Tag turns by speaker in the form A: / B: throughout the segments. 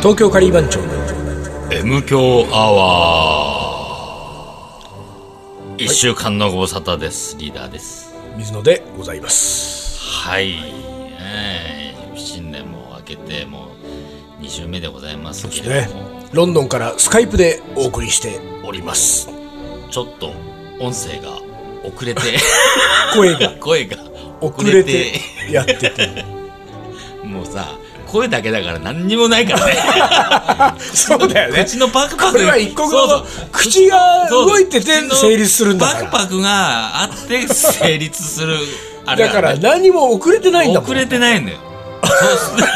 A: 東京カリー番長
B: M 強アワー一週間のご無沙汰です、リーダーです
A: 水野でございます
B: はい、えー新年も明けてもう2週目でございますけれ
A: ね
B: ども、
A: ロンドンからスカイプでお送りしております
B: ちょっと音声が 遅れて
A: 声が
B: 声が
A: 遅れてやって て
B: もうさ声だけだから何にもないからね
A: そうだよね
B: 口のパクパク
A: これは一刻
B: そ
A: の
B: うそう
A: 口が
B: そう
A: 動いてて
B: 口の
A: 成立するんだから
B: パクパクがあって成立するあれ
A: だ
B: だ
A: か
B: から
A: ら何も遅れてないんだもん
B: 遅れてないのよ。そうっ す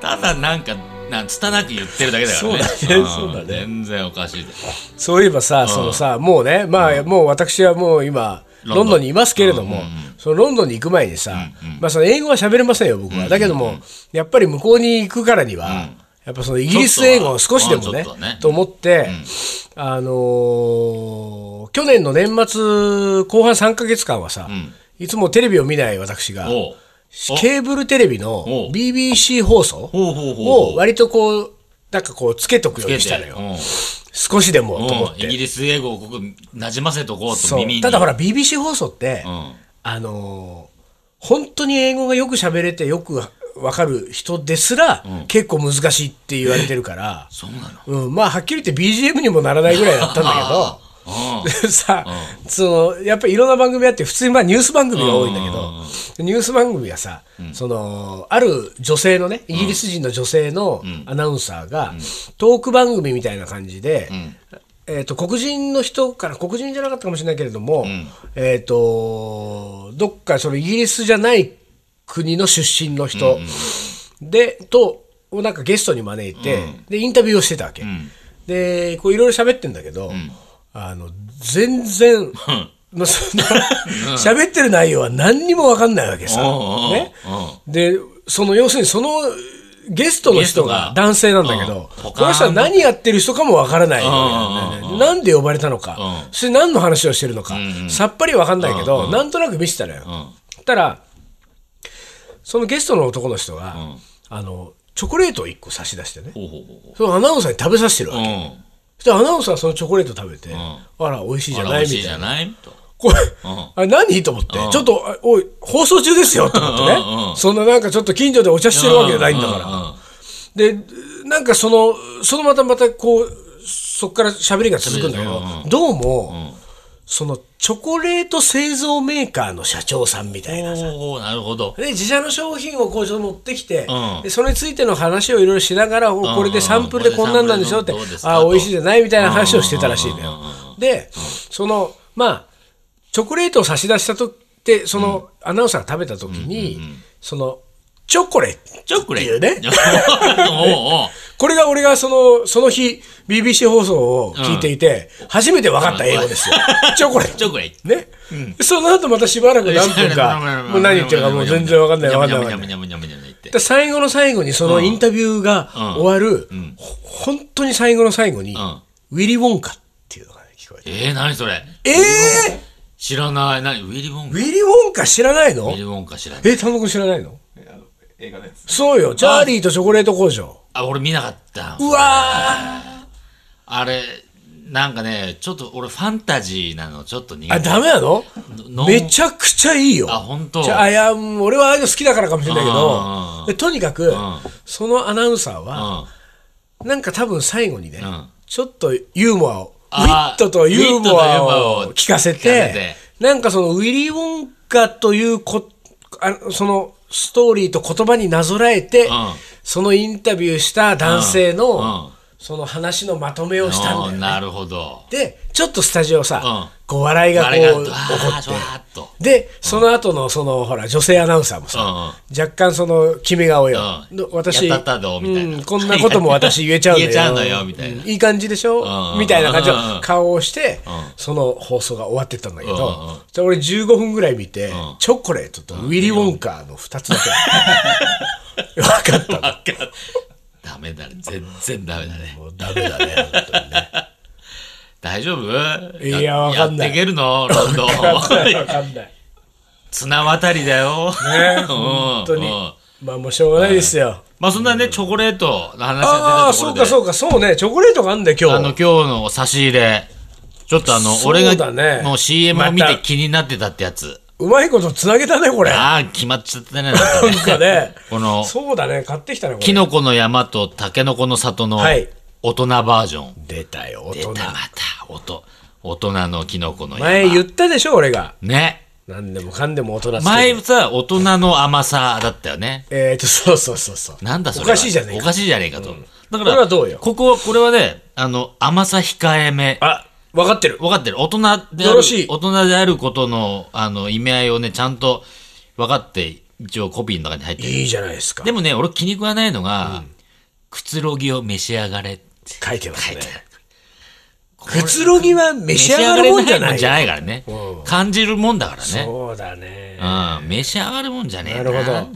B: ただなんか、なんつたなく言ってるだけだから
A: そう
B: ね。
A: だねそうだね
B: ん全然おかしいです。
A: そういえばさ、そのさ、もうね、まあ、もう私はもう今、
B: ロ
A: ロ
B: ンドン
A: ンドンにいますけれども、
B: うんうん
A: そのロンドンに行く前にさ、まあその英語は喋れませんよ、僕は。だけども、やっぱり向こうに行くからには、やっぱそのイギリス英語を少しでもね、
B: ちょっとはうんちょっとはね
A: と思って、あのー去年の年末、後半3ヶ月間はさ、
B: ん
A: いつもテレビを見ない私が、
B: おうお
A: ケーブルテレビの
B: お
A: BBC 放送
B: ほうほうほうほう
A: を割とこう、なんかこう、つけとくようにしたのよ。
B: うん
A: 少しでもと思っ
B: うん
A: て
B: イ。ギリス英語をここなじませとこうと
A: そ
B: 耳
A: う
B: に。
A: ただほら BBC 放送って、
B: うん
A: あのー本当に英語がよく喋れてよくわかる人ですら、結構難しいって言われてるから、
B: そうなの
A: うん、まあはっきり言って BGM にもならないぐらいだったん だ
B: うん
A: けどでさ、そのやっぱりいろんな番組あって普通にまあニュース番組が多いんだけど、ニュース番組はさ、そのある女性のねイギリス人の女性のアナウンサーが、トーク番組みたいな感じで、えー、と黒人の人から黒人じゃなかったかもしれないけれども、えー、とどっかそのイギリスじゃない国の出身の人で、とをなんかゲストに招いて、でインタビューをしてたわけ、でこういろいろ喋ってんだけど、あの全然、まあそんな喋ってる内容は何にも分かんないわけさ、
B: うんうん
A: ね、でその要するにそのゲストの人が
B: ゲストが
A: 男性なんだけど、
B: うん
A: この人は何やってる人かもわからないわけなんだよねなんで呼ばれたのか、
B: うん
A: それ何の話をしてるのか、さっぱりわかんないけ
B: うん
A: ど、
B: うん
A: なんとなく見せたのよ。そしたら、そのゲストの男の人が、
B: ん
A: あの、チョコレートを1個差し出してね、
B: ほうほうほうほ
A: そのアナウンサーに食べさせてるわ
B: う。う
A: け。
B: ん。
A: そしたらアナウンサーはそのチョコレート食べて、
B: ん
A: あら、美味しいじ
B: あ
A: ゃ
B: ら、
A: な
B: 美
A: い
B: 味しい
A: み
B: じ
A: た
B: ゃ
A: いな。
B: ないと。
A: これ、あ何と思って、ちょっと、あおい、放送中ですよと思ってね、
B: うんうんうん
A: そんななんかちょっと近所でお茶してるわけじゃないんだから。で、なんかその、そのまたまたこう、そっから喋りが続くんだけど、どうも、そのチョコレート製造メーカーの社長さんみたい
B: ら。
A: な。
B: おおなるほど。
A: で、自社の商品をこうちょっと持ってきて、
B: うん
A: でそれについての話をいろいろしながら、おこれでサンプルでこんなんなんでしょって、
B: これでサンプルどう
A: あ
B: どう
A: あ、美味しいじゃないみたいな話をしてたらしいの
B: うん
A: よ
B: うんうん。
A: で、その、まあ、チョコレートを差し出したとって、その、アナウンサーが食べた時に、その、チョコレ
B: チョコレ
A: っていうね
B: おうおう
A: これが俺がそのその日 BBC 放送を聞いていて、初めて分かった英語ですよ。チョコレ
B: チョコレ
A: ね、その後またしばらく何分 か、もう何言ってるかもう全然分かんない分かんない分かんない。で最後の最後にそのインタビューが終わる、ほ本当に最後の最後に、
B: ん
A: ウィリー・ウォンカっていうのがね聞こえて。
B: えー、何それ
A: えー、
B: 知らない。何ウィリー・ボン
A: ウ
B: カ
A: ィリー・ウォンカ知らない
B: ウ
A: の
B: ィリー・ボンカ知らない。
A: え、単独知らないの
C: 映画のやつ。
A: そうよ、チャーリーとチョコレート工場。
B: あ、俺見なかった。
A: うわー
B: あれ、なんかね、ちょっと俺ファンタジーなのちょっと苦手。
A: あ、ダメなの
B: の
A: めちゃくちゃいいよ。
B: あ本当
A: じゃあ、いや、うん俺はああいうの好きだからかもしれないけ
B: うんうんう
A: ど、
B: ん
A: でとにかく、そのアナウンサー
B: うん。
A: は、なんか多分最後にね
B: うん、
A: ちょっとユーモアを、ウィ
B: あ
A: ットとユーモア
B: ウィットとユーモア
A: を
B: を
A: 聞かせ
B: 聞かせ
A: て
B: て、
A: なんかそのウィリー・ウォンカというこ、あそのストーリーと言葉になぞらえて
B: ん、
A: そのインタビューした男性
B: うんう
A: の
B: ん、
A: その話のまとめをしたんだよ
B: おー
A: ね。
B: なるほど。
A: で、ちょっとスタジオさ、
B: うん
A: こう笑いがこ
B: 笑いが
A: う起
B: ド
A: こ
B: ワー
A: って
B: ドワーッと、
A: で、その後のそのほら女性アナウンサーもさ、若干その君がおよ、
B: うん
A: の私、
B: やったったどみたいな
A: うんこんなことも私言えちゃうんだよ、
B: 言えちゃうのよみたいな
A: うんいい感じでしょ、
B: うん
A: みたいな感じの
B: うん
A: 顔をして、その放送が終わってったんだけど、
B: うんうん
A: じゃあ俺15分ぐらい見て、チョコレートとウィリー・ウォンカーの2つだ け分かったの。
B: ダメだね。全然ダメだね。
A: もうダメだね、本当にね。
B: 大丈夫
A: いやわかんない
B: やっていけるのロンドン。
A: 分かんない。
B: 綱渡りだよ。
A: ね
B: うん
A: 本当に
B: うん
A: まあもうしょうがないですよ。
B: まあそんなね、チョコレートの話が出たところで。
A: ああ、そうかそうか、そうね。チョコレートがあんだよ、今
B: あの、
A: 日。
B: 今日の差し入れ。ちょっとあの、
A: そう
B: 俺
A: だ
B: が、
A: ね
B: もう CM を見
A: ま
B: て
A: た
B: 気になってたってやつ。
A: うまいことつなげたね、これ。
B: ああ、決まっちゃったね。なん
A: なんかね
B: この、
A: そうだね、買ってきたね、これ。
B: キノコの山とタケノコの里の
A: はい
B: 大人バージョン。
A: 出たよ、大
B: 出た、
A: 人
B: ま。た、おと大人のキノコの
A: 前
B: 山。
A: 言ったでしょ、俺が。
B: ね。
A: 何でもかんでも大人つけて
B: 前さ、大人の甘さだったよね。
A: えーと、そうそうそうそう。
B: なんだそれ
A: お
B: は
A: かしいじゃねえ
B: お
A: か。
B: かしいじゃねえかと。だか
A: これはどうよ
B: ここは、これはね、あの、甘さ控えめ。
A: あ、分かってる。
B: 分かってる。大人であ
A: よ
B: る、
A: ろしい
B: 大人であることの、あの、意味合いをね、ちゃんと分かって、一応コピーの中に入ってる。
A: いいじゃないですか。
B: でもね、俺気に食わないのが、くつろぎを召し上がれって
A: 書いてます
B: 書い
A: ね
B: て。ある。
A: くつろぎは召し上がるもんじゃない。
B: 召し上がれないもんじゃないからね。感じるもんだからね。
A: そうだね。
B: うん。召し上がるもんじゃねえ
A: なるほど。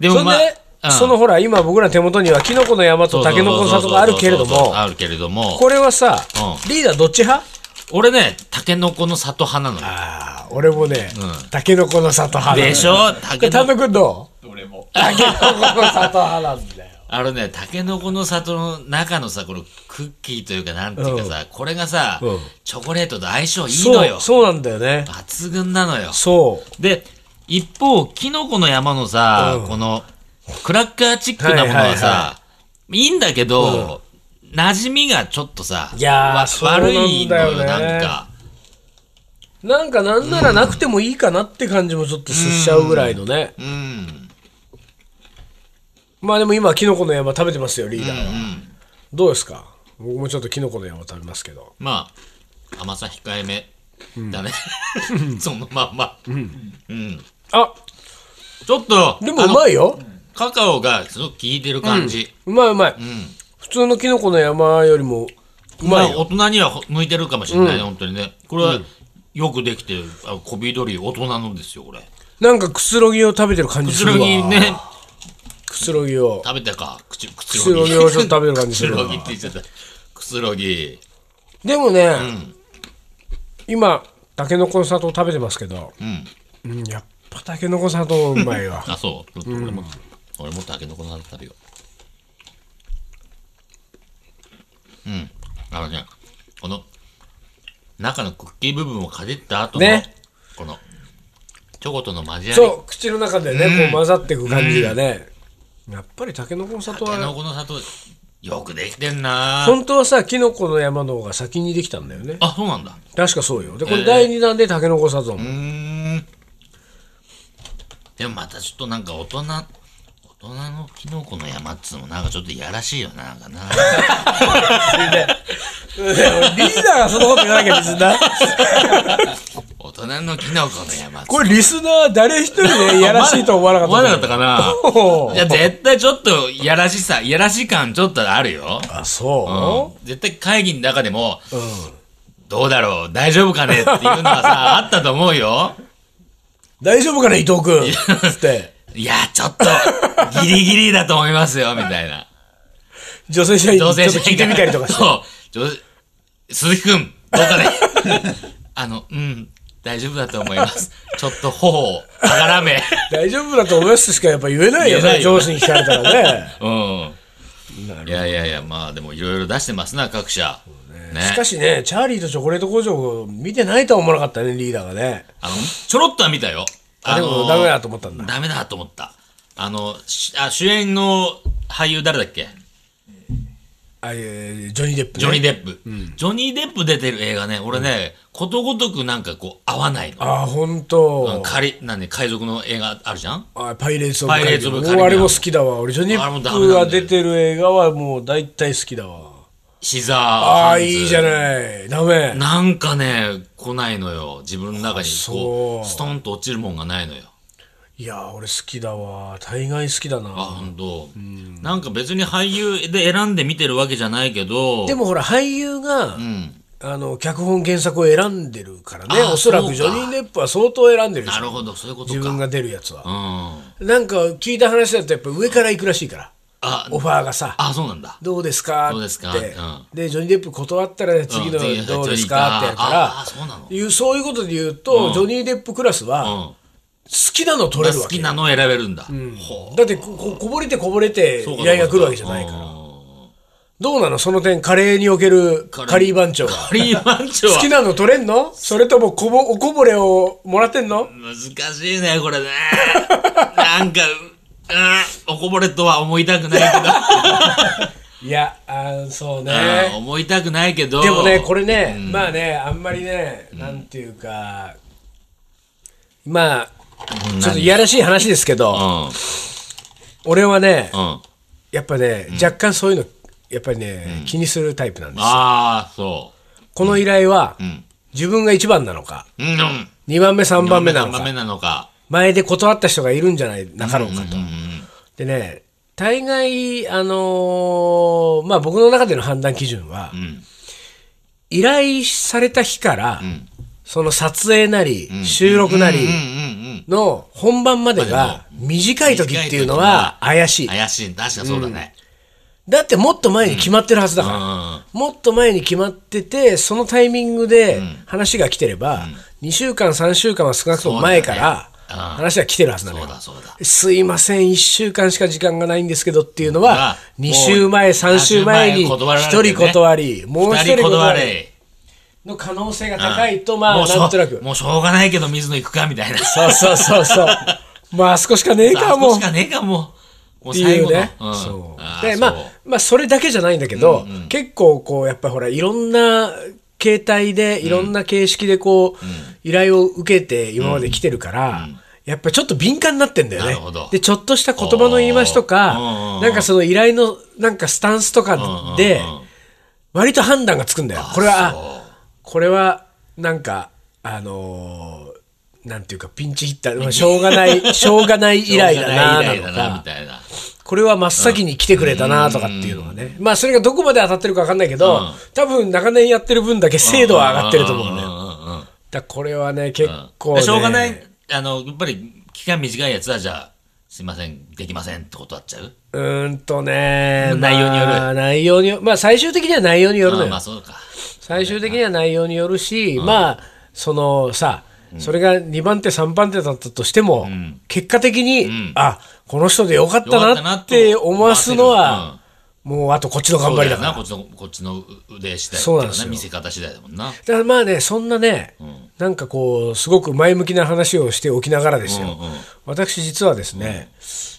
B: でもまあ
A: そんで、
B: うん
A: そのほら、今僕ら手元には、キノコの山とタケノコの里があるけれど
B: そうそうそうそう
A: も、
B: あるけれども。
A: これはさ、
B: う
A: リーダーどっち派
B: 俺ね、タケノコの里派なのよ。
A: ああ、俺もね、タケノコの里派なの
B: でしょタ
A: これ
B: ケ
A: 丹
B: ノコ。
A: 野くんどう
B: 俺も。
A: タケノコの里派なんだよ。
B: あのね、タケノコの里の中のさ、このクッキーというか、なんていうかさ、これがさ、
A: うん
B: チョコレートと相性いいのよ。
A: そう、そうなんだよね。
B: 抜群なのよ。
A: そう。
B: で、一方、キノコの山のさ、この、クラッカーチックなものはさ、
A: はい
B: い、
A: はい
B: んだけど、馴染みがちょっとさ、
A: いやー
B: わ
A: そうなんだ
B: 悪
A: よね
B: いのよ、なんか。
A: なんかなんならなくてもいいかなって感じもちょっとしちゃうぐらいのね。
B: うん。
A: まあでも今、キノコの山食べてますよ、リーダーは。どうですか僕もちょっとキノコの山食べますけど。
B: まあ、甘さ控えめだね。 そのまんま。うん。
A: あ、
B: ちょっと、
A: でもうまいよ。
B: カカオがすごく効いてる感じ。
A: うまいうまい、普通のキノコの山よりもう
B: ま
A: ま
B: あ、
A: いよ、
B: 大人にはほ向いてるかもしれないね、本当にね。これは、よくできてる、あこびどり大人のですよ、これ。
A: なんかくつろぎを食べてる感じ
B: く
A: す
B: つ
A: るわ
B: ろぎね、
A: くつろぎを
B: 食べたか。くちくつ
A: くつろぎをちょっと食べる感じする
B: くつ
A: わ
B: ろぎって言っちゃった。くつろぎ。
A: でもね、今たけのこの砂糖食べてますけど、
B: うん。
A: うんやっぱたけのこ砂糖うまい わ
B: あ、そう。ちょっと俺も、俺もタケノコの食べよう。うん。あのね、この、中のクッキー部分をかじった後の、
A: ね
B: この、チョコとの交わり。
A: そう口の中でね、こう混ざっていく感じがね、やっぱりたけのこの砂糖
B: タケノ
A: は
B: コの里、よくできてんな
A: 本当はさきのこの山の方が先にできたんだよね
B: あ、そうなんだ。
A: 確かそうよでこれ第2弾でたけのこ 砂糖も、
B: うーん。でもまたちょっとなんか大人、大人のキノコの山っつうのもなんかちょっといやらしいよな、なん かな。
A: リーダーがそのこと言わなきゃ別に な
B: 大人のキノコの山っつうの
A: これリスナー誰一人ね、いやらしいと思わなかった。
B: 思わなかったか
A: お
B: な
A: う
B: いや、絶対ちょっといやらしさ、いやらしい感ちょっとあるよ。
A: あ、そ
B: 絶対会議の中でも、
A: う、うん、
B: どうだろう、大丈夫かねっていうのはさ、あったと思うよ。
A: 大丈夫かね、伊藤君つって。
B: いや、ちょっと、ギリギリだと思いますよ、みたいな。
A: 女性社員にちょ
B: 女
A: っと
B: 性社員
A: 聞いてみたりとかして。
B: そう。女性鈴木くん、どうかね あの、うん、大丈夫だと思います。ちょっと頬をあがらめ。
A: 大丈夫だと思いますしかやっぱ言えないよ
B: 言えな
A: ね、
B: いよ
A: 上司に聞かれたらね。
B: うん。いやいやいや、まあでもいろいろ出してますな、各社。ね。
A: しかしね、チャーリーとチョコレート工場を見てないとは思わなかったね、リーダーがね。
B: あの、ちょろっとは見たよ。
A: あ、
B: あ
A: で
B: の
A: もダメだと思ったんだ。
B: ダメだと思った。あの、しあ主演の俳優誰だっけ
A: あえージョニー・デップ、ね。
B: ジョニー・デップ、ジョニー・デップ出てる映画ね、俺ね、ことごとくなんかこう合わないの。
A: あ、ほんと。
B: 仮、なんで海賊の映画あるじゃん
A: あパイレーツ・オブ・
B: パ
A: カ
B: イレ
A: リ
B: ー
A: ビ
B: ツ
A: ア
B: オ
A: ン
B: ブカリビアン
A: 俺あれも好きだわ。俺、ジョニ
B: あれも
A: ー・デ
B: ダ
A: ップ
B: メな
A: が
B: んだよ
A: 出てる映画はもう大体好きだわ。
B: シザー
A: あ
B: ハ
A: あ、
B: ンズ
A: いいじゃない。ダメ。
B: なんかね、来ないのよ。自分の中
A: あ
B: にこ
A: そう
B: う、ストンと落ちるもんがないのよ。
A: いやー、俺好きだわ。大概好きだ
B: あ、
A: な。
B: ほんと。なんか別に俳優で選んで見てるわけじゃないけど、
A: でもほら、俳優が、
B: うん。
A: あの、脚本原作を選んでるからね。
B: あー
A: おそら
B: そ
A: く
B: うか
A: ジョニー・デップは相当選んでるでし
B: なる
A: ょ。
B: ほど、そういうこと
A: 自分
B: か。
A: が出るやつは
B: う。ん。
A: なんか聞いた話だとやっぱ上から行くらしいから。
B: あ、
A: オファーがさ。
B: あ、そうなんだ。
A: どうですか
B: どうですか
A: って、
B: うん
A: でジョニー・デップ断ったら次の
B: うん次
A: どうですかってやるから
B: あーそうなの
A: いうそういうことで言うと、ジョニー・デップクラスは、
B: うん
A: きなの取れる
B: 好
A: わけ
B: き
A: よ
B: なのを選べるんだ。ほう
A: だってこここぼれてこぼれて
B: そうか
A: 依頼が来るわけじゃないからどうなのその点カレーにおける
B: カレー
A: カリー番長 は
B: カリー番長は
A: 好きなの取れんのそれともこぼおこぼれをもらってんの
B: 難しいね、これね。なんか、うん、おこぼれとは思いたくないけど。
A: いやあーそう
B: うん
A: ね
B: 思いたくないけど。
A: でもねこれね、まあねあんまりねなんていうか、まあちょっといやらしい話ですけど、
B: うん。
A: 俺はね、
B: うん。
A: やっぱね、若干そういうのやっぱりね、気にするタイプなんです
B: ああ、そ
A: この依頼は、
B: う。うん。
A: 自分が1番なのか
B: うん。うん
A: 2番目3番目なの
B: 三番
A: か
B: 目なのか。
A: 前で断った人がいるんじゃないなかろうかと、
B: うん。
A: でね大概あのーまあ僕の中での判断基準は、
B: ん
A: 依頼された日から、
B: ん
A: その撮影なり、収録な
B: うん。うん。う
A: り
B: ん。
A: の本番までが短い時っていうのは怪し
B: うん
A: い
B: 怪しい。確かそうだね。
A: だってもっと前に決まってるはずだから、
B: うん。
A: もっと前に決まってて、そのタイミングで話が来てれば、2週間、3週間は少なくとも前から
B: そうだねうん
A: 話は来てるはずなの
B: そう
A: よ。
B: だ、そうだ。
A: すいません、1週間しか時間がないんですけどっていうのは、
B: うん
A: 2週前、3週前に
B: もう断られて
A: 1
B: ね
A: 人断り、もう1
B: 二
A: 人
B: 人こだ
A: 断
B: わ
A: り
B: れ。
A: の可能性が高いと、ま
B: も
A: あ、
B: うしょ
A: なんとなく。
B: もうしょうがないけど、水野行くか、みたいな。
A: そうそうそうそう。まあ、あそこしかねえか
B: あ
A: も
B: そこし。かねえかもう。もう
A: ってい
B: 最
A: う
B: 後の
A: ね。
B: うん
A: そう
B: ー
A: で、まあ
B: そう、
A: まあ、それだけじゃないんだけど、結構、こう、やっぱほら、いろんな形態で、いろんな形式で、こう、依頼を受けて、今まで来てるから、やっぱちょっと敏感になってんだよ
B: な
A: ね
B: るほど。
A: で、ちょっとした言葉の言い回しと
B: おー
A: か
B: うんうんう、ん
A: なんかその依頼の、なんかスタンスとかで
B: うんうんうん、
A: 割と判断がつくんだよ。これは、
B: そう
A: あこれは、なんか、あのー、なんていうか、ピンチヒッター、まあしょうが ない、しょうがない依頼だな、
B: しょうがい依
A: な
B: 頼
A: の
B: だな
A: か
B: み。たいな。
A: これは真っ先に来てくれたなとかっていうのはね、まあそれがどこまで当たってるか分かんないけど、多分長年やってる分だけ精度は上がってると思うんだよ。だか
B: うんうんうん
A: らこれはね、結構、
B: う
A: ね。
B: ん。しょうがない、あの、やっぱり期間短いやつは、じゃあ、すいません、できませんってことあっちゃう
A: うーんとね、
B: 内容による
A: まあ内容によまあ最終的には内容によるの
B: まあ
A: よ。
B: まあ、そうか。
A: 最終的には内容によるし、まあ、そのさ、それが2番手、3番手だったとしても、結果的に、あこの人でよかった
B: よかった
A: な
B: な
A: っ
B: と
A: て思わすのは、もうあとこっちの頑張りだ
B: そう
A: か
B: よ
A: ら
B: な。こっちの、こっちの腕次第
A: そうなんですよ
B: 見せ方次第だもんな。
A: だからまあね、そんなね、なんかこう、すごく前向きな話をしておきながらですよ、
B: うんうん
A: 私、実はですね、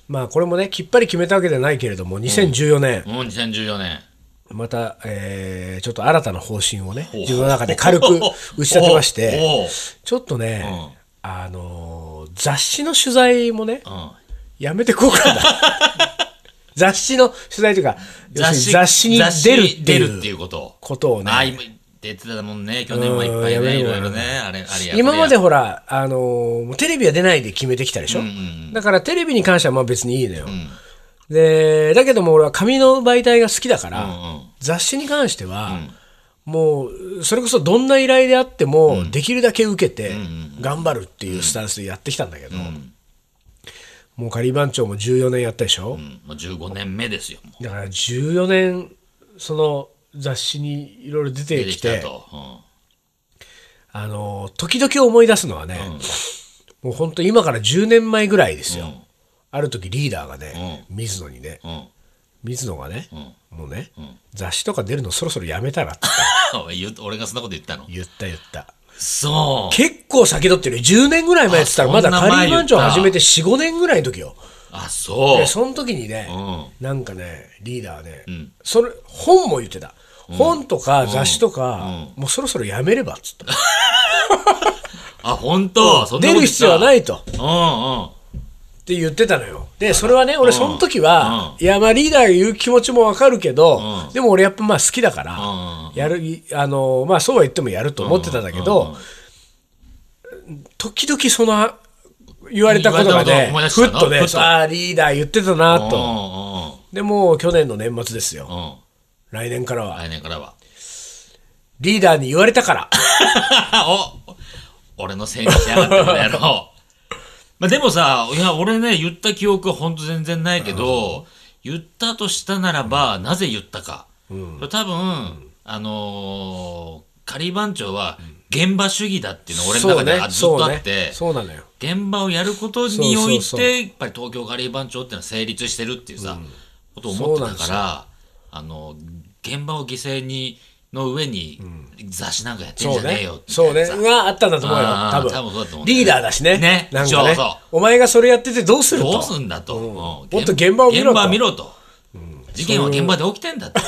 A: まあこれもね、きっぱり決めたわけではないけれども、2014年、
B: もう2014年。
A: また、えーちょっと新たな方針をね、自分の中で軽 く打ち立てまして、
B: おう
A: ちょっとね、あのー雑誌の取材もね、
B: おううん
A: やめてこうかな。 雑誌の取材というか、要するに雑誌に
B: 雑誌
A: 出るって
B: 出るって
A: い
B: いう
A: う
B: こと。
A: ことをね
B: あ、あ今出てたもんね。去年もいっぱ
A: うん
B: い
A: やめ
B: ね、
A: る
B: いろいろね。あれ、あれや
A: 今まで
B: こ
A: ほら、あのーもうテレビは出ないで決めてきたでしょ、だからテレビに関してはまあ別にいいのよ、でだけども俺は紙の媒体が好きだから、
B: れやうんうん
A: 雑誌に関しては、もうそれこそどんな依頼であっても、できるだけ受けて頑張るっていうスタンスでやってきたんだけど、もう仮番長も14年やったでしょ、
B: うんもう15年目ですよ。も
A: だから14年その雑誌にいろいろ出
B: う
A: て
B: 出て
A: き
B: きた
A: て
B: と。うん
A: あの時々思い出すのはね、もう本当今から10年前ぐらいですよ、ある時リーダーがね、水野にね
B: うん
A: 水野がね、
B: う
A: もうね、雑誌とか出るのそろそろやめたらって
B: おい言う俺がそんなこと言ったの
A: 言 った言った
B: そう。
A: 結構先取ってるよ10年ぐらい前って言ったら
B: あ
A: まだ
B: そん
A: カ
B: な前
A: リーマンチョン
B: 言った
A: 始めて45年ぐらいの時よ
B: あ、そう
A: で。その時にね、
B: う
A: なんかねリーダーね、それ本も言ってた本とか雑誌とか、もうそろそろやめればっつった
B: あ、本当そん
A: 出
B: な
A: る
B: こと言。
A: 必要はないいと
B: う
A: って言ってたのよ。で、それはね、俺、その時は、
B: う
A: いや、まあ、リーダーが言う気持ちもわかるけど、でも俺、やっぱまあ、好きだから
B: んうん、
A: やる、いあの、まあ、そうは言ってもやると思ってたんだけど、時々その、言われたことが
B: 言われたことを
A: ね
B: 思い、出し
A: ふ
B: た
A: っ
B: の
A: とね
B: ふっ、と。
A: ああ、リーダー言ってたなんと。
B: う
A: で、もう去年の年末ですよ。
B: ん。うん。うん。
A: 来年からは、
B: 来年からは。
A: リーダーに言われたから。
B: お俺のせいにしやがってこの野 郎。まあでもさ、いや、俺ね、言った記憶は本当全然ないけど、言ったとしたならば、なぜ言ったか。多分、あのー、仮番長は、現場主義だっていうの俺の中ではずっとあって、
A: そうなのよ。
B: 現場をやることにおいて
A: そうそうそう
B: やっぱり東京カリー番長っていうのは成立してるっていうさ、ことを
A: そう
B: 思っ
A: な
B: て
A: んで
B: た
A: す
B: からあの現場を犠牲にの上に雑誌なんかやってんじ
A: そ
B: ゃ
A: う
B: ねえ
A: ね
B: よって。
A: そうね。
B: さ
A: があったんだと思うよ。
B: あー
A: 多分。
B: 多分そうだと思う
A: リーダーだしね。
B: ね
A: なんかね
B: そうそ
A: お前がそれやっててどうすると。
B: どうすんだと、うんも
A: もっと現場を見ろと
B: 現場見ろと、事件は現場で起きてんだと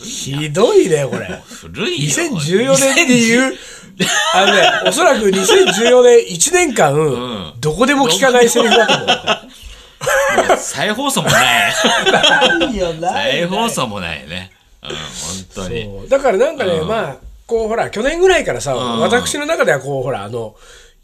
A: ひどいね、こ れ。
B: 古いよ
A: 2014年っていう、あのね、おそらく2014年1年間、
B: んど
A: どこでも聞かないセリフだと思
B: もう再放送も ない
A: う。ないよな
B: 再放送もないね、うん、本当に
A: だからなんかね、まあ、こうほら、去年ぐらいからさ、私の中ではこうほら、あの、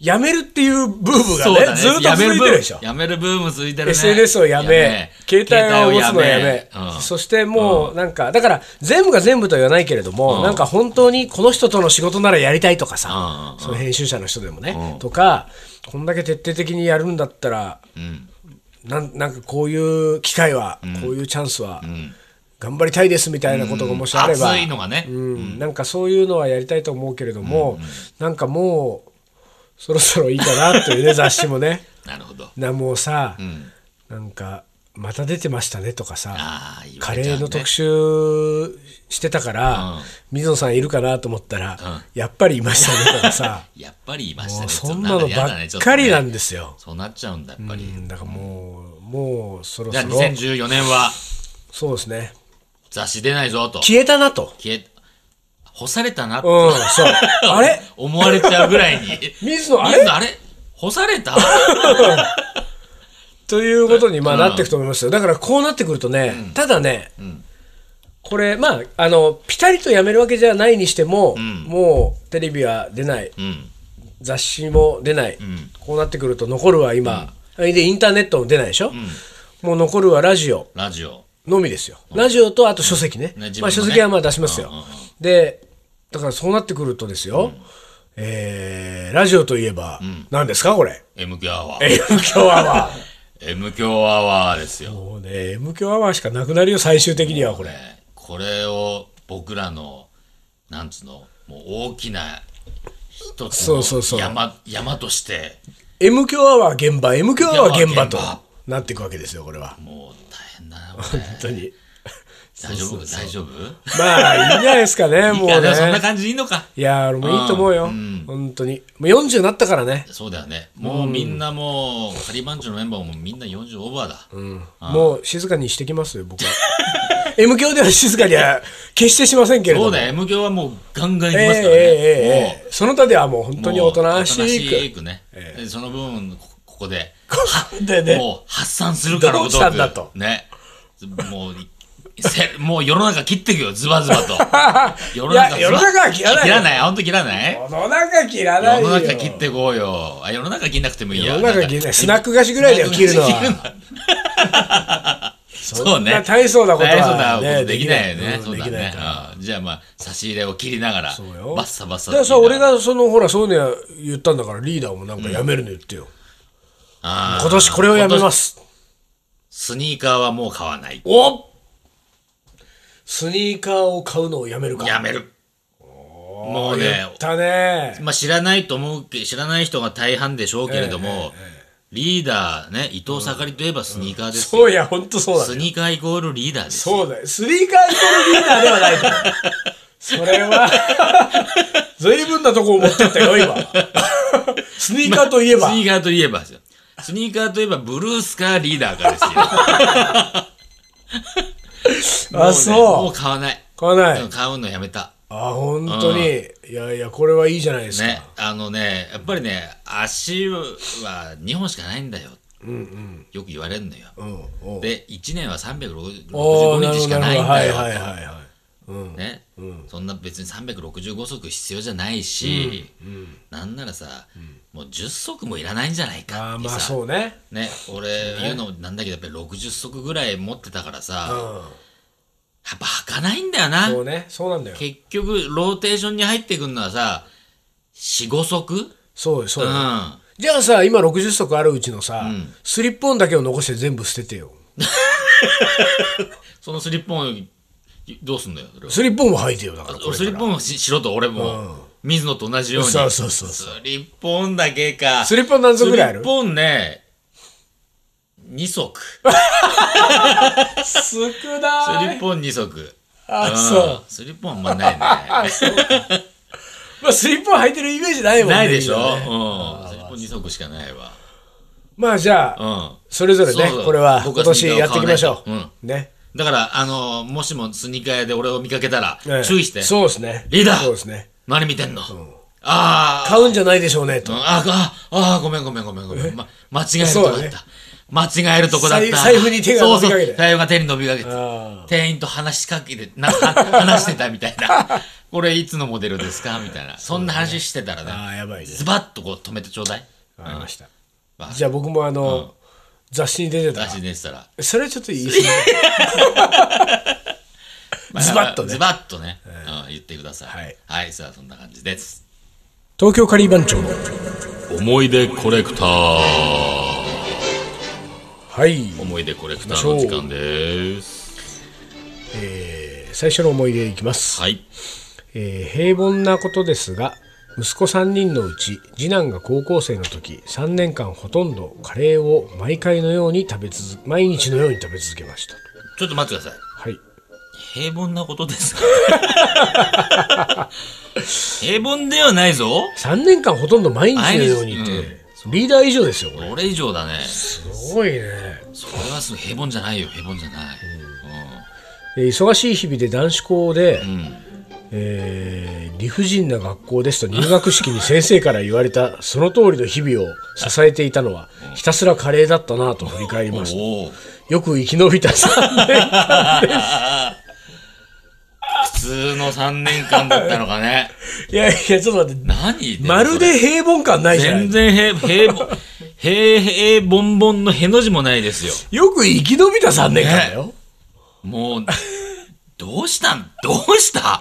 A: やめるっていうブームが
B: そう
A: ね、
B: だね
A: ずっと続いてるでしょ。
B: やめるブーム続いてるね
A: SNS をやめ、携帯を持つのをやめ、
B: うん
A: そしてもうなんか、だから全部が全部とは言わないけれども、なんか本当にこの人との仕事ならやりたいとか
B: うんうん
A: さ
B: うん、
A: その編集者の人でもね、とか、こんだけ徹底的にやるんだったら、
B: うん
A: なんなんかこういう機会は、こういうチャンスは、
B: ん
A: 頑張りたいですみたいなことがもしあれば、
B: 熱いのがね、
A: うん、なんかそういうのはやりたいと思うけれども、なんかもう、そろそろいいかなというね、 雑誌もね。
B: なるほど
A: なもうさ、
B: ん
A: なんか「また出てましたね」とかさ
B: ああ言わ
A: カ
B: れち
A: レ
B: ゃうね
A: ーの特集してたから、
B: うん
A: 水野さんいるかなと思ったら、
B: ん
A: やっぱりいましたねとか さ
B: やっぱりいました
A: も
B: ね
A: うそんなの
B: や
A: ば
B: だね
A: っ
B: ちょと
A: かりなん
B: ね
A: ですよ、
B: そうなっちゃうんだやっぱり、
A: うんだからもうもうそろ
B: じゃ
A: そ
B: あ
A: ろ
B: 2014年は
A: そうですね
B: 雑誌出ないぞと
A: 消えたなと
B: 消え干されたなって
A: うんそう あれ
B: 思われちゃうぐらいに
A: 水野あれ
B: 水野あれ干された
A: ということにまあ
B: うん
A: なっていくと思いますよだからこうなってくるとね、ただね、これまああのピタリとやめるわけじゃないにしても、もうテレビは出ない
B: うん
A: 雑誌も出ない、
B: ん
A: こうなってくると残るは今、でインターネットも出ないでしょ、もう残るはラジオ
B: ラジオ
A: のみですよ、ラジオとあと書籍ね,、
B: ね自分のね
A: まあ、書籍はまあ出しますよ、
B: うんうんうん
A: でだからそうなってくるとですよ、えーラジオといえば、何ですかこれ
B: M 強アワー
A: M 強アワー
B: M 強アワーですよ
A: もうね M 強アワーしかなくなるよ最終的にはこれ
B: ねこれを僕らのなんつうのもう大きな一つ
A: そうそうそ
B: の
A: う
B: 山山として
A: M 強アワー現場 M 強アワー現場と
B: 現場
A: なっていくわけですよこれは
B: もう大変だなこ
A: 本
B: れ
A: 当に
B: 大丈夫大丈夫
A: まあいいんじゃないですかねもう
B: いやで
A: ね
B: もそんな感じでいいのか
A: いやー、俺もいいと思うよ。本当に。もう40になったからね。
B: そうだよねもうみんなもうカリバンチョのメンバーもみんな40オーバーだ、
A: もう静かにしてきますよ、僕は。M 教では静かには決してしませんけれど
B: そう
A: も。
B: だよ M 強はもうガンガンいき
A: ええ
B: ますからね、
A: ええええその他ではもう本当
B: もう
A: におとなし
B: くね、でその分こここで
A: く。でね、
B: もう発散するから
A: どうしたんだと
B: ね。もう、せもう世の中切っていくよ、ズバズ バと。世
A: いや世の中は切らないよ
B: 切らない、ほんと切らない
A: 世の中切らない
B: 世
A: よ。
B: の中切ってこうよ。あ、世の中切んなくてもいいや。
A: 世の中
B: んか
A: 切らないスナック菓子ぐらいだよ切るのは
B: スナック菓子切るのは そうね。
A: そんな大層なことはね
B: 大層なことできないよね。
A: できない
B: そうだ
A: うんできな
B: ね
A: いか。
B: うんじゃあまあ、差し入れを切りながら、バ
A: そうよ。
B: ッサバッサ
A: だからさ、
B: と切
A: 俺
B: りなら。
A: がその、ほら、そういうの言ったんだから、リーダーもなんかやめるの言ってよ。
B: あー
A: 今年これをやめ
B: 今
A: ま
B: 年
A: す。
B: スニーカーはもう買わない。
A: おスニーカーを買うのをやめるか。
B: やめる。もう
A: 言
B: ね、
A: ったね。
B: まあ、知らないと思うけ知らない人が大半でしょうけれども、リーダーね伊藤盛りといえばスニーカーですよ、
A: そういや、本当そうだ、
B: ス
A: ね。
B: ニーカーイコールリーダーですよ
A: そうだよ。スニーカーイコールリーダーではないと 思う。それは、随分なとこを持ってったよ、 今。スニーカーといえば。
B: スニーカーといえばですよスニーカーといえばブルースかリーダーか ですよも
A: あ、
B: うねもう
A: そう。
B: 買わない
A: 買わない。
B: 買うのやめた
A: あ、本当に。いやいや、これはいいじゃないですか。
B: ねあのねやっぱりね足は2本しかないんだよ、よく言われるのよ、
A: うん。うん
B: で1年は365
A: おーなる
B: 日
A: ほ
B: し
A: ど
B: か
A: な
B: な
A: る
B: い
A: ほ
B: ん
A: どは
B: だ
A: い
B: よ
A: はいはい
B: と
A: はい。
B: ね、そんな別に365足必要じゃないし、なんならさ、もう10足もいらないんじゃない
A: あ
B: か
A: ー
B: って
A: ま
B: さ、
A: あそうね。
B: ね、俺言うのもなんだけどやっぱり60足ぐらい持ってたからさ、
A: う
B: や
A: ん。
B: っぱ履かないんだよな、
A: そうね。そうなんだよ。
B: 結局ローテーションに入ってくるのはさ45足うん
A: そうよそうよ。じゃあさ、今60足あるうちのさ、スリップオンだけを残して全部捨ててよ。
B: そのスリッポンどうすんだよそれは
A: スリップオンも履いてよ、だからこれから。
B: 俺スリッポンししろと俺も、水野と同じように。
A: そうそうそうそ
B: スリッポンだけか。
A: スリッポン何足ぐらいある
B: スリッポンね、2足。ス
A: 少
B: リ
A: な
B: ッ。ポン2足。
A: あ、そう。
B: ん。スリッポンあんまない ね。
A: まあ、スリッポン履いてるイメージないもんね。
B: ないでしょ、
A: みんなね
B: うん。スリッポン2足しかないわ。
A: まあ、じゃあ、
B: うん。
A: それぞれね
B: そうそう、
A: これは今
B: 僕はス
A: 年
B: ニーカ
A: や
B: ーを
A: っていきましょ
B: 買わないと
A: う。ね。
B: だから、あの、もしもスニーカー屋で俺を見かけたら、
A: ええ
B: 注意して。
A: そうですね。
B: リーダー
A: そうですね。
B: 何見てんの、ああ、
A: 買うんじゃないでしょうね、と
B: うん。ああ、ああ、ごめんごめんごめんごめん。ま、間違えるとこだ
A: そう
B: っ
A: だね
B: た。間違えるとこだった。
A: 財財布に手が伸びかけて
B: そうそう財布が手に伸びかけて
A: あ。
B: 店員と話しかけて、な、話してたみたいな。これいつのモデルですかみたいな。そんな話してたら
A: あ
B: ね、
A: あ、やばいね。
B: ズバッとこう止めてちょうだい。
A: わかりました
B: まあ。
A: じゃあ僕もあの、雑誌に出てたら
B: 私でしたら。
A: それはちょっとい いですね。
B: まあ
A: ズバッとね
B: ズバッとね、うん言ってください。
A: はい。
B: はい、さあそんな感じです。
A: 東京カリー番長の。
B: 思い出コレクター
A: はい。
B: 思い出コレクターの時間です
A: えー最初の思い出いきます。
B: はい
A: えー平凡なことですが息子3人のうち次男が高校生の時3年間ほとんどカレーを毎回のように食べ続け毎日のように食べ続けました
B: ちょっと待ってください
A: はい
B: 平凡なこと ですか平凡ではないぞ
A: 3年間ほとんど毎日のようにって、
B: 毎日
A: リーダー以上ですよこれ
B: 俺以上だね
A: すごいね、
B: それはすごい平凡じゃないよ平凡じゃない
A: えー忙しい日々で男子校で、
B: うん、うん
A: えー理不尽な学校ですと入学式に先生から言われたその通りの日々を支えていたのはひたすらカレーだったなと振り返りました
B: おお
A: よく生き延びた3年
B: 普通の3年間だったのかね
A: いやいや、ちょっと待って。
B: 何言ってんの
A: まるで平凡感ないじゃ
B: 全
A: ん。
B: 然平平凡平平凡凡のへの字もないですよ
A: よく生き延びた3年間だよ。
B: もうどうしたんどうした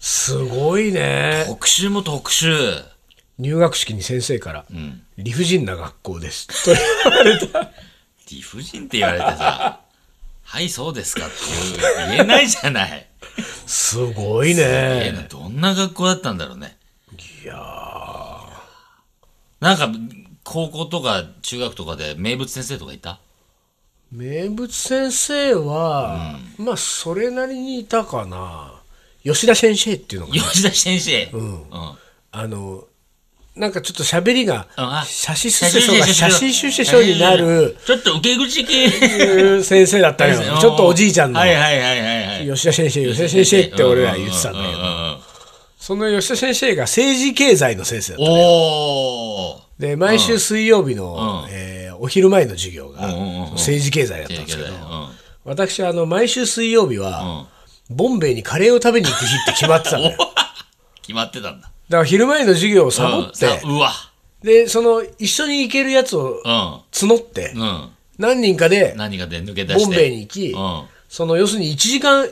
A: すごいね。
B: 特集も特集。
A: 入学式に先生から、
B: ん
A: 理不尽な学校です。と言われた。
B: 理不尽って言われてさ、はい、そうですかっていう言えないじゃない。
A: すごい
B: え
A: ね。
B: どんな学校だったんだろうね。
A: いや
B: なんか、高校とか中学とかで名物先生とかいた
A: ー名物先生は、まあ、それなりにいたかな。吉田先生っていうのが、
B: 吉田先生。うんうん。
A: あの、なんかちょっと喋りが
B: うんあ、
A: 写真出世書が写真出世書になる、。
B: ちょっと受け口系。ち
A: 先生だったの よ。ちょっとおじいちゃんの。
B: はいはいはいはいはい。
A: 吉田先生、吉田先生って俺ら言ってたんだけど、
B: ど。
A: その吉田先生が政治経済の先生だった。
B: おー。
A: で、毎週水曜日の、
B: うん
A: えーお昼前の授業が、
B: うんうんうん
A: 政治経済だったんですけど、
B: う
A: 私、あの、毎週水曜日は、
B: ん。
A: ボンベイにカレーを食べに行く日って決まってたのよ。だか
B: 決まってたんだ。
A: ら昼前の授業をサボって、
B: うんうわ。
A: で、その、一緒に行けるやつを募って、
B: うん。うん。
A: 何人かで、
B: 何がで抜け出して。
A: ボンベイに行き、
B: うん
A: その要するに1時間、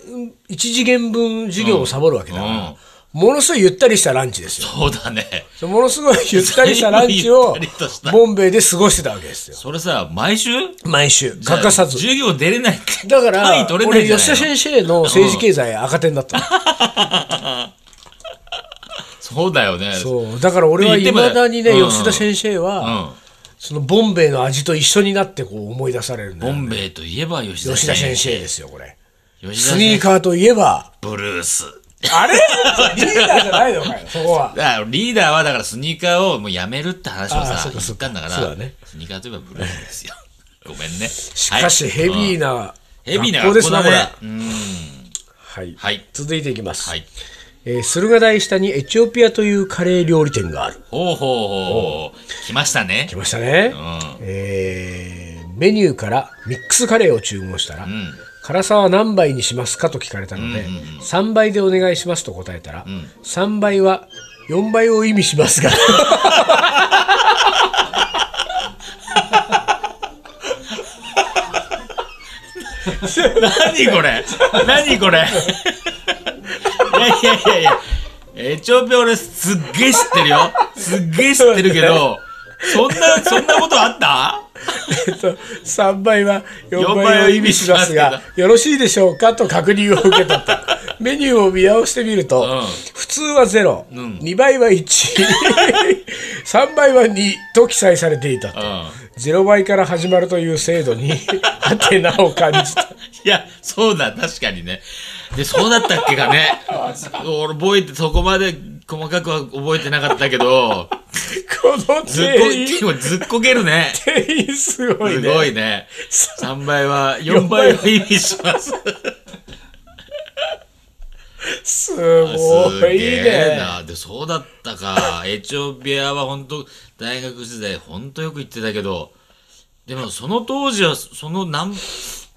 A: 1次元分授業をサボるわけだから、ものすごいゆったりしたランチですよ。
B: そうだね。
A: ものすごいゆったりしたランチを
B: ゆったりとした、
A: ボンベイで過ごしてたわけですよ。
B: それさ、毎週
A: 毎週、欠かさず。
B: 授業出れないって。
A: だから
B: 単位、取れな
A: 俺、
B: いじゃない
A: 吉田先生の政治経済赤点だったの。
B: そうだよね。
A: そう。だから俺は未だにね、
B: 言っても
A: 吉田先生
B: う
A: は、
B: ん。
A: そのボンベイの味と一緒になってこう思い出されるんだ
B: ボ
A: よ
B: ンベイといえば吉田
A: 吉田先
B: 先生。
A: 生ですよ、これ。
B: 吉田
A: スニー
B: 先生。
A: カーといえば、
B: ブルース。
A: あ れリーダーじゃないのかよ、そこは。
B: だからリーダーはだからスニーカーをもうやめるって話を
A: あーそ
B: さ、
A: うかそ
B: 言
A: う
B: っ
A: か
B: たんだか
A: そうだ
B: ら
A: ね、
B: スニーカーといえばブルースですよ。 ごめんね。
A: し
B: し
A: かし、ヘビー
B: な。
A: な
B: ヘビーな
A: 学校ですな、これ。
B: 学校だね
A: はい
B: はい。
A: 続いていきます。
B: はい。
A: えー駿河台下にエチオピアというカレー料理店がある。
B: ほうほうほうほう。来ましたね
A: 来。ましたね。
B: うん。
A: えーメニューからミックスカレーを注文したら、
B: ん
A: 辛さは何倍にしますかと聞かれたので、3倍でお願いしますと答えたら、3倍は4倍を意味しますが、
B: 何これ何これいやいやいやいやエチオピア俺すっげえ知ってるよすっげえ知ってるけどそんなそんなことあった
A: えっと、3倍は4
B: 4
A: 倍
B: 倍
A: を
B: を
A: 意
B: 意
A: 味
B: 味
A: し
B: し
A: ま
B: ますす
A: が
B: が、
A: よろしいでしょうかと確認を受け取 った。メニューを見直してみると、
B: ん
A: 普通は0、
B: ん
A: 2倍は1、3倍は2と記載されていたと。
B: うん
A: 0倍から始まるという制度 に、ハテナを感じた。
B: いや、そうだ、確かにね。で、そうだったっけ かね。俺覚えて、そこまで細かくは覚えてなかった けど、
A: この
B: ずっ
A: 店員、
B: こ、ずっこけるね。
A: 店員すごい
B: す
A: ね。
B: ごいね。3倍は、4倍は意味し ます。
A: すごい
B: すげえ
A: ね。
B: な。で、そうだったか。エチオピアは本当大学時代、本当よく行ってたけど、でもその当時は、その何、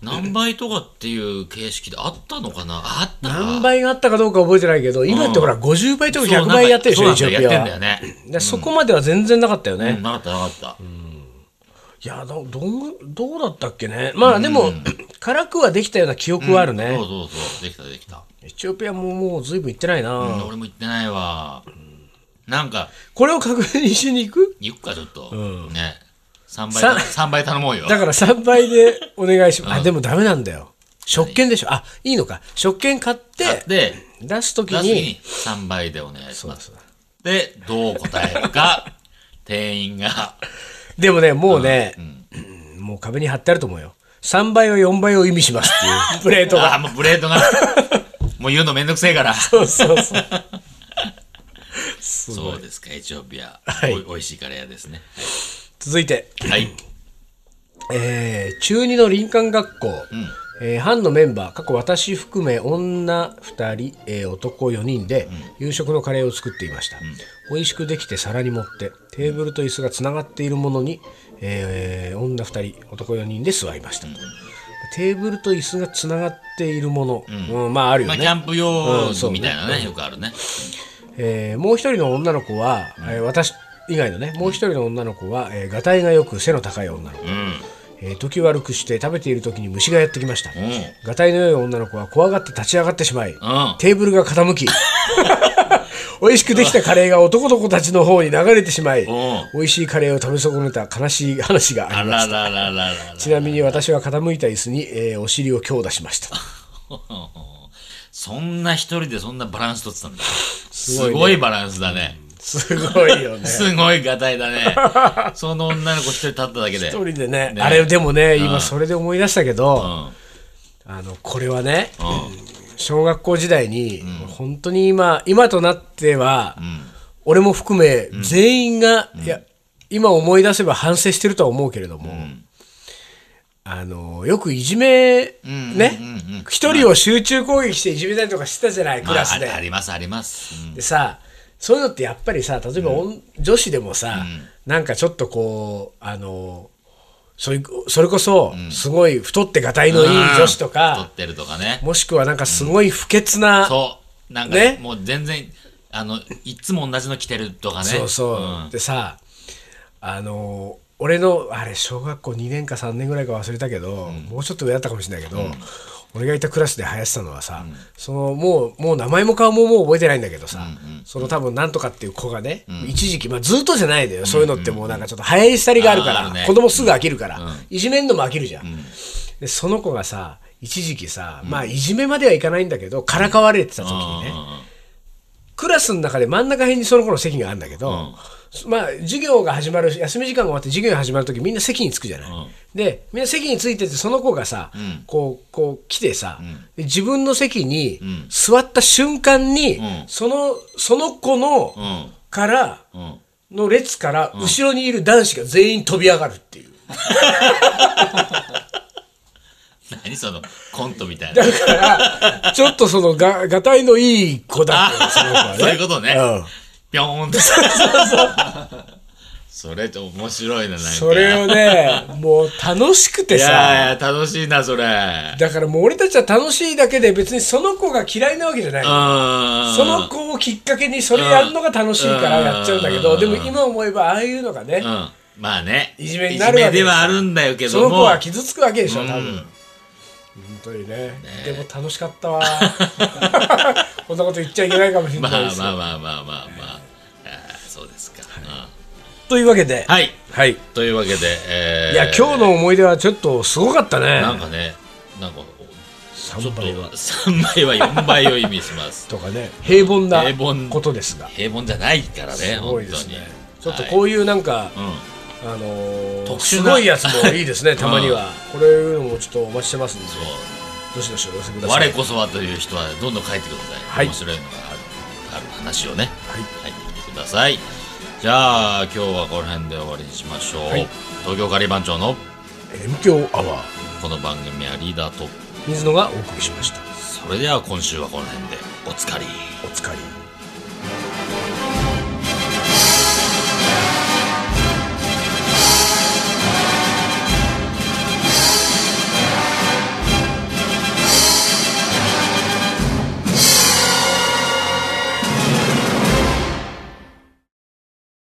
B: 何倍とかっていう形式であったのかなあったか
A: 何倍があったかどうか覚えてないけど、今ってほら50倍とか
B: そう
A: 100倍やってるでしょ、エチオ
B: そうな
A: ピ
B: んだ
A: ア
B: やっ
A: は
B: てん。だよね。
A: でそこまでは全然なかったよね。
B: うんなかったなかった。
A: いやどどんどうだったっけね、まあでも、辛くはできたような記憶はあるね、
B: そうそうそう。できたできた。
A: エチオピアももうずいぶん行ってないな、
B: うん俺も行ってないわ。なんか、
A: これを確認しに行く
B: 行くかちょっと。ね。3倍た、三倍頼もうよ。
A: だから3倍でお願いします、あでもダメなんだよ、食券でしょ、あいいのか、食券買って、
B: で、
A: 出すとき
B: 出す
A: に、
B: に3倍でお願いし
A: そう
B: ま
A: そ
B: す。
A: う
B: で、どう答えるか、 店員が。
A: でもね、もうね、うんもう壁に貼ってあると思うよ、3倍は4倍を意味しますっていうプレート
B: ああ、
A: が、
B: もうブレ ードが、もう言うのめんどくせえから。
A: そうそうそう、
B: そうですか、エチオピア。
A: はい
B: おい美味しいカレー屋ですね。
A: 続いて、
B: はい。
A: えー中2の林間学校、えー班のメンバー過去私含め女2人、えー男4人で夕食のカレーを作っていました、美味しくできて皿に盛ってテーブルと椅子がつながっているものに、えー女2人男4人で座りましたと、テーブルと椅子がつながっているもの、うんまああるよ
B: まあ、
A: ね、
B: キャンプ
A: う
B: 用
A: んそうね
B: みたいなね、よくあるね。
A: えーもう一人の女の子は、えー私以外のねもう一人の女の子は、えー、がたいがよく背の高い女の子、
B: うん。
A: えー時悪くして食べている時に虫がやってきました、
B: うん。うん。
A: がたいの良い女の子は怖がって立ち上がってしまい、
B: あ
A: テーブルが傾き、 美味しくできたカレーが男の子たちの方に流れてしまい
B: ん、
A: 美味しいカレーを食べ損ねた悲しい話があ
B: ら
A: りま
B: ら
A: した。
B: らららら。
A: ちなみに私は傾いた椅子に、えーお尻を強打しました。
B: そんな一人でそんなバランス取ってたんだ。す
A: ごいね
B: ごいバランスだね。
A: すごいよね。
B: すごいがたいだ ね。その女の子一人立っただけで。
A: 一人でね、
B: ね
A: あれでもね、今それで思い出したけ
B: う
A: ど、
B: ん。
A: あの、これはね、小学校時代に、本当に今、今となっては、俺も含め、全員が、いや、今思い出せば反省してるとは思うけれども、あの、よくいじめ、ね、一、人を集中攻撃していじめたりとかしてたじゃない、ク
B: まあ
A: ラスで。
B: ああります、あります。うん
A: でさ、そういうのってやっぱりさ、例えば、おん女子でもさ、なんかちょっとこう、あの、それそれこそ、すごい太ってがたいのいい女子と
B: 取
A: か、
B: ってるとかね。
A: もしくはなんかすごい不潔な、
B: そう。なんか、
A: ね
B: もう全然、あの、いつも同じの着てるとかね。
A: そうそう、
B: ん
A: でさあの俺のあれ小学校2年か3年ぐらいか忘れたけど、もうちょっと上だったかもしれないけど、俺がいたクラスで流行ってたのはさ、そのもうもう名前も顔ももう覚えてないんだけどさ、その多分なんとかっていう子がね、一時期、まあ、ずっとじゃないのよ、そういうのってもうなんかちょっと流行り廃りがあるから、
B: あるね
A: 子供すぐ飽きるから、いじめんのも飽きるじゃん。でその子がさ一時期さ、まあいじめまではいかないんだけどからかわれてた時にね、クラスの中で真ん中辺にその子の席があるんだけど、まあ授業が始まる休み時間が終わって授業が始まる時みんな席に着くじゃない、でみんな席に着いててその子がさ、こうこう来てさ、で自分の席に座った瞬間に、
B: ん
A: そのその子の、
B: うん。
A: から
B: うん。
A: の列から後ろにいる男子が全員飛び上がるっていう。
B: 何その、コントみたいな。
A: だから、ちょっとそのが、がたいのいい子だったのその子は
B: そういうことね
A: うん
B: ぴょーんって。そうそう それって面白いな、なんか。
A: それをね、もう楽しくて
B: い
A: さ、
B: やいや、楽しいな、それ。うん。
A: だからもう俺たちは楽しいだけで別にその子が嫌いなわけじゃない。そ
B: そ
A: の子をきっかけにそれやるのが楽しいからやっちゃうんだけど、
B: うん
A: でも今思えばああいうのがね
B: う、ん。まあね。
A: いじめになるわけ
B: いじめではあるんだよけ
A: そ
B: ど
A: の
B: も。
A: 子は傷つくわけでしょ、多分。
B: うん
A: 本当にね。でも楽しかった わ。こんなこと言っちゃいけないかもしれ
B: まあ
A: ない
B: ま
A: で
B: あ
A: す。
B: まあまあまあまあ。あーそうですか。うん
A: というわけで、
B: はい。
A: はい。
B: というわけで、えー
A: いや、今日の思い出はちょっとすごかったね。
B: なんかね、なんか、ちょ
A: 3
B: っと
A: 倍は。
B: 3倍は4倍を意味します。
A: とかね、平凡な
B: 平凡
A: ことですが。
B: 平凡じゃないからね、
A: すごい
B: 本当
A: です
B: に
A: ね。。ちょっとこういうなんか、
B: はいうん
A: あのー
B: 特殊
A: す
B: な
A: ごいやつもいいです ね、たまには。これいうのもちょっとお待ちしてますんで、どしどしお寄せくださ
B: 我
A: い。
B: こそはという人はどんどん書いてくださ
A: は
B: い、
A: い
B: 面白いのがあるある話をね
A: はい
B: 書いてきてくださいじゃあ今日はこの辺で終わりにしましょう、
A: はい
B: 東京カリバン長の
A: M 強アワー、
B: この番組はリーダーと
A: 水野がお送りしました。
B: それでは今週はこの辺でおつかり
A: お疲れ。